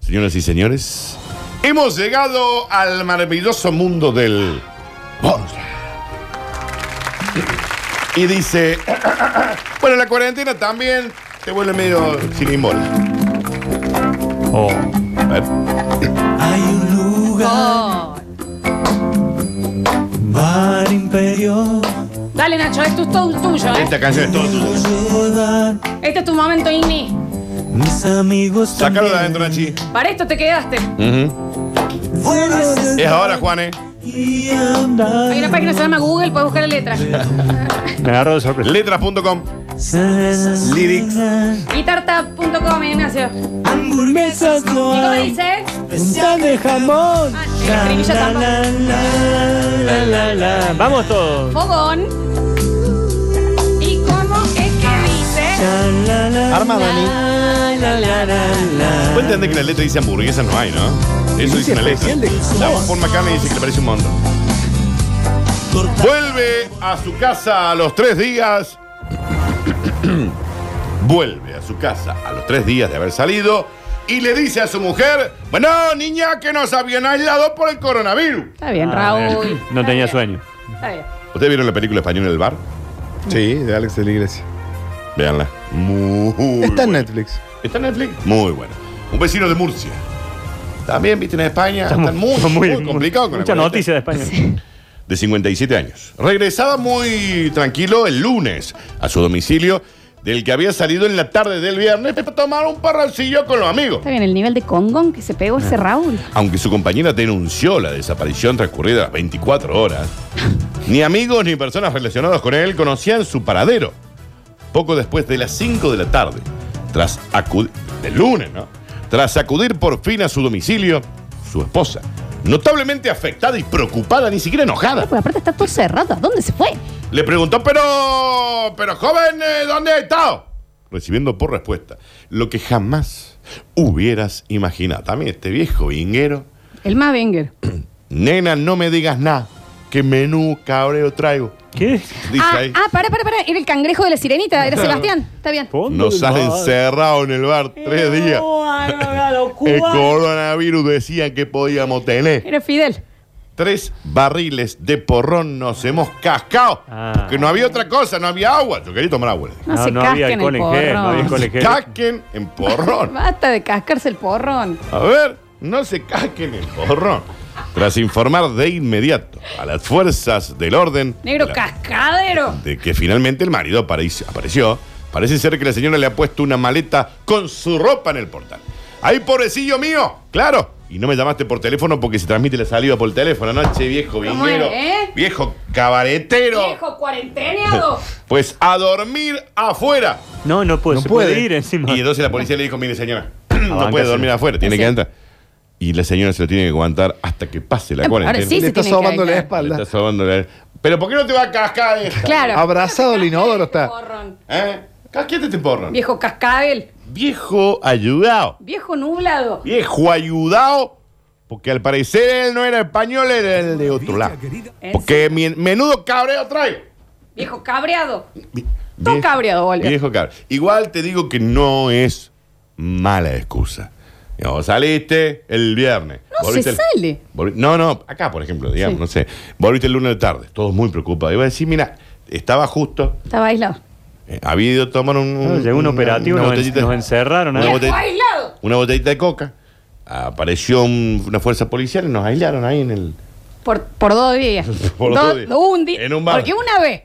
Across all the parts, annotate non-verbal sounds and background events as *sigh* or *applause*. Señoras y señores, hemos llegado al maravilloso mundo del bonus. Y dice, *clears throat* bueno, la cuarentena también te vuelve medio sinimol. Oh. A ver. Hay un lugar, Oh. bar imperio, Dale, Nacho, esto es todo tuyo, ¿eh? Este- Esta canción es todo tuyo. ayudar. Este es tu momento, Inni. Mis amigos Sácalo de también. adentro, Nachi. Para esto te quedaste. Mm. Ujú. Fuera de Es ahora, Juanes. y andar. Hay una página que se llama Google, puedes buscar la letra. Me agarró de sorpresa. Letras.com. Lyrics. Lyrics. Guitarta.com, Ignacio. ¿Y Hamburguesas no cómo hay. dice? Está de jamón. Ah, el estribillo La, tampoco. la, la, la, la, la. Vamos todos. Fogón. ¿Y cómo es que dice? La, la, la, Arma, Dani. la, la, la, la, la. Puede entender Pues que la letra dice hamburguesa, no hay, ¿no? Eso dice una letra. especial de Jesús. La voz por McCartney dice que le parece un montón. Vuelve a su casa a los tres días. *clears throat* Vuelve a su casa a los tres días de haber salido y le dice a su mujer: Bueno, niña, que nos habían aislado por el coronavirus. Está bien, Ah, Raúl. bien. No tenía Está bien, sueño. Está bien. ¿Ustedes vieron la película española El Bar? Sí, de Alex de la Iglesia. Veanla. Muy. Está en buena. Netflix. Está en Netflix. Muy buena. Un vecino de Murcia. También, viste, en España. Están muy, muy, complicados con la Mucha cuarentena. noticia de España. de 57 años. Regresaba muy tranquilo el lunes a su domicilio, del que había salido en la tarde del viernes para tomar un parralcillo con los amigos. Está bien, el nivel de congón que se pegó ese Raúl. Ah. Aunque su compañera denunció la desaparición transcurrida las 24 horas, ni amigos ni personas relacionadas con él conocían su paradero. Poco después de las 5 de la tarde, tras acudir, del lunes, ¿no? Tras acudir por fin a su domicilio, su esposa, notablemente afectada y preocupada, ni siquiera enojada, Porque aparte está todo cerrado. ¿A dónde se fue? Le preguntó, pero, pero joven, eh, ¿dónde ha estado? Recibiendo por respuesta lo que jamás hubieras imaginado. También este viejo vinguero. El más Wenger. Nena, no me digas nada, que menú cabreo traigo. ¿Qué? Dice Ah, ahí. ah, para, para, para. Era el cangrejo de la sirenita. Era Sebastián. Está bien. Nos has encerrado en el bar tres días. El coronavirus decían que podíamos tener. Era Fidel. Tres barriles de porrón nos hemos cascado. Ah. Porque no había otra cosa, no había agua. Yo quería tomar agua. le dije. No, se había casquen alcohol el en gel, no había porrón. alcohol en gel. Casquen en porrón. Basta de cascarse el porrón. A ver, no se caquen el porrón. Tras informar de inmediato a las fuerzas del orden Negro de, la- cascadero. de que finalmente el marido apareció, apareció, parece ser que la señora le ha puesto una maleta con su ropa en el portal. ¡Ay, pobrecillo mío! ¡Claro! Y no me llamaste por teléfono porque se transmite la saliva por el teléfono, noche viejo ¿Cómo vinguero, es, eh? viejo cabaretero. *laughs* Viejo cuarenteneado. Pues a dormir afuera. No, no puede. No se puede. puede. ir encima. *laughs* Y entonces la policía le dijo, mire señora, *clears throat* no puede bancársela. dormir afuera, tiene Sí. que entrar. Y la señora se lo tiene que aguantar hasta que pase la Ahora cuarentena. Sí, Le se está tiene que sobando la aislar. Le espalda. está sobando la- Pero ¿por qué no te va a cascar esta? Claro. Abrazado al inodoro está. Porrón. ¿Eh? Casquete este porro. Viejo cascabel. Viejo ayudado. Viejo nublado. Viejo ayudado. Porque al parecer él no era español, era el de otro lado. Porque mi- menudo cabreo trae. Viejo cabreado. Vi- Todo viejo- cabreado, boludo. Viejo cabreado. Igual te digo que no es mala excusa. No, saliste el viernes. No se el- sale. volvi- no, no, acá, por ejemplo, digamos, Sí. no sé. Volviste el lunes de tarde, todos muy preocupados. Iba a decir, mira, estaba justo, Estaba aislado. eh, había ido a tomar un. No, llegó un operativo, nos en- nos encerraron ¿eh? Una, ahí. botell- Viejo aislado. una botellita de coca. Apareció un- una fuerza policial y nos aislaron ahí en el. Por, por dos días. *laughs* Por Do- dos días. Un día. En un bar. Porque una vez.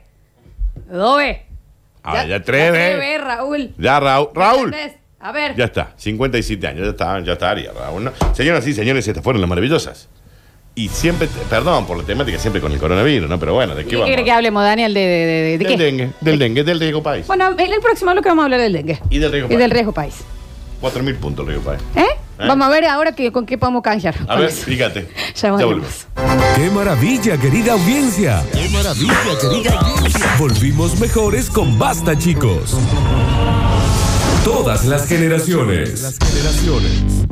Dos veces. Ah, ya, tres veces. veces, Raúl. Ya, Raúl. Raúl. ¿Entendés? A ver. Ya está, 57 años, ya está, ya estaría, Raúl. ¿no? Señoras y señores, estas fueron las maravillosas. Y siempre, te- perdón por la temática, siempre con el coronavirus, ¿no? Pero bueno, ¿de ¿Y qué, ¿Qué vamos? quiere que hablemos, Daniel? ¿De, de, de- de del qué? dengue, del dengue, del riesgo país. Bueno, en el próximo bloque vamos a hablar del dengue. Y del riesgo Y país. del riesgo país. 4.000 puntos el riesgo país. ¿Eh? Vamos a ver ahora que, con qué podemos canjear. A Con ver, eso. fíjate. *laughs* Ya volvemos. ¡Qué maravilla, querida audiencia! ¡Qué maravilla, querida audiencia! Volvimos mejores con Basta, chicos. Todas las generaciones. Las generaciones.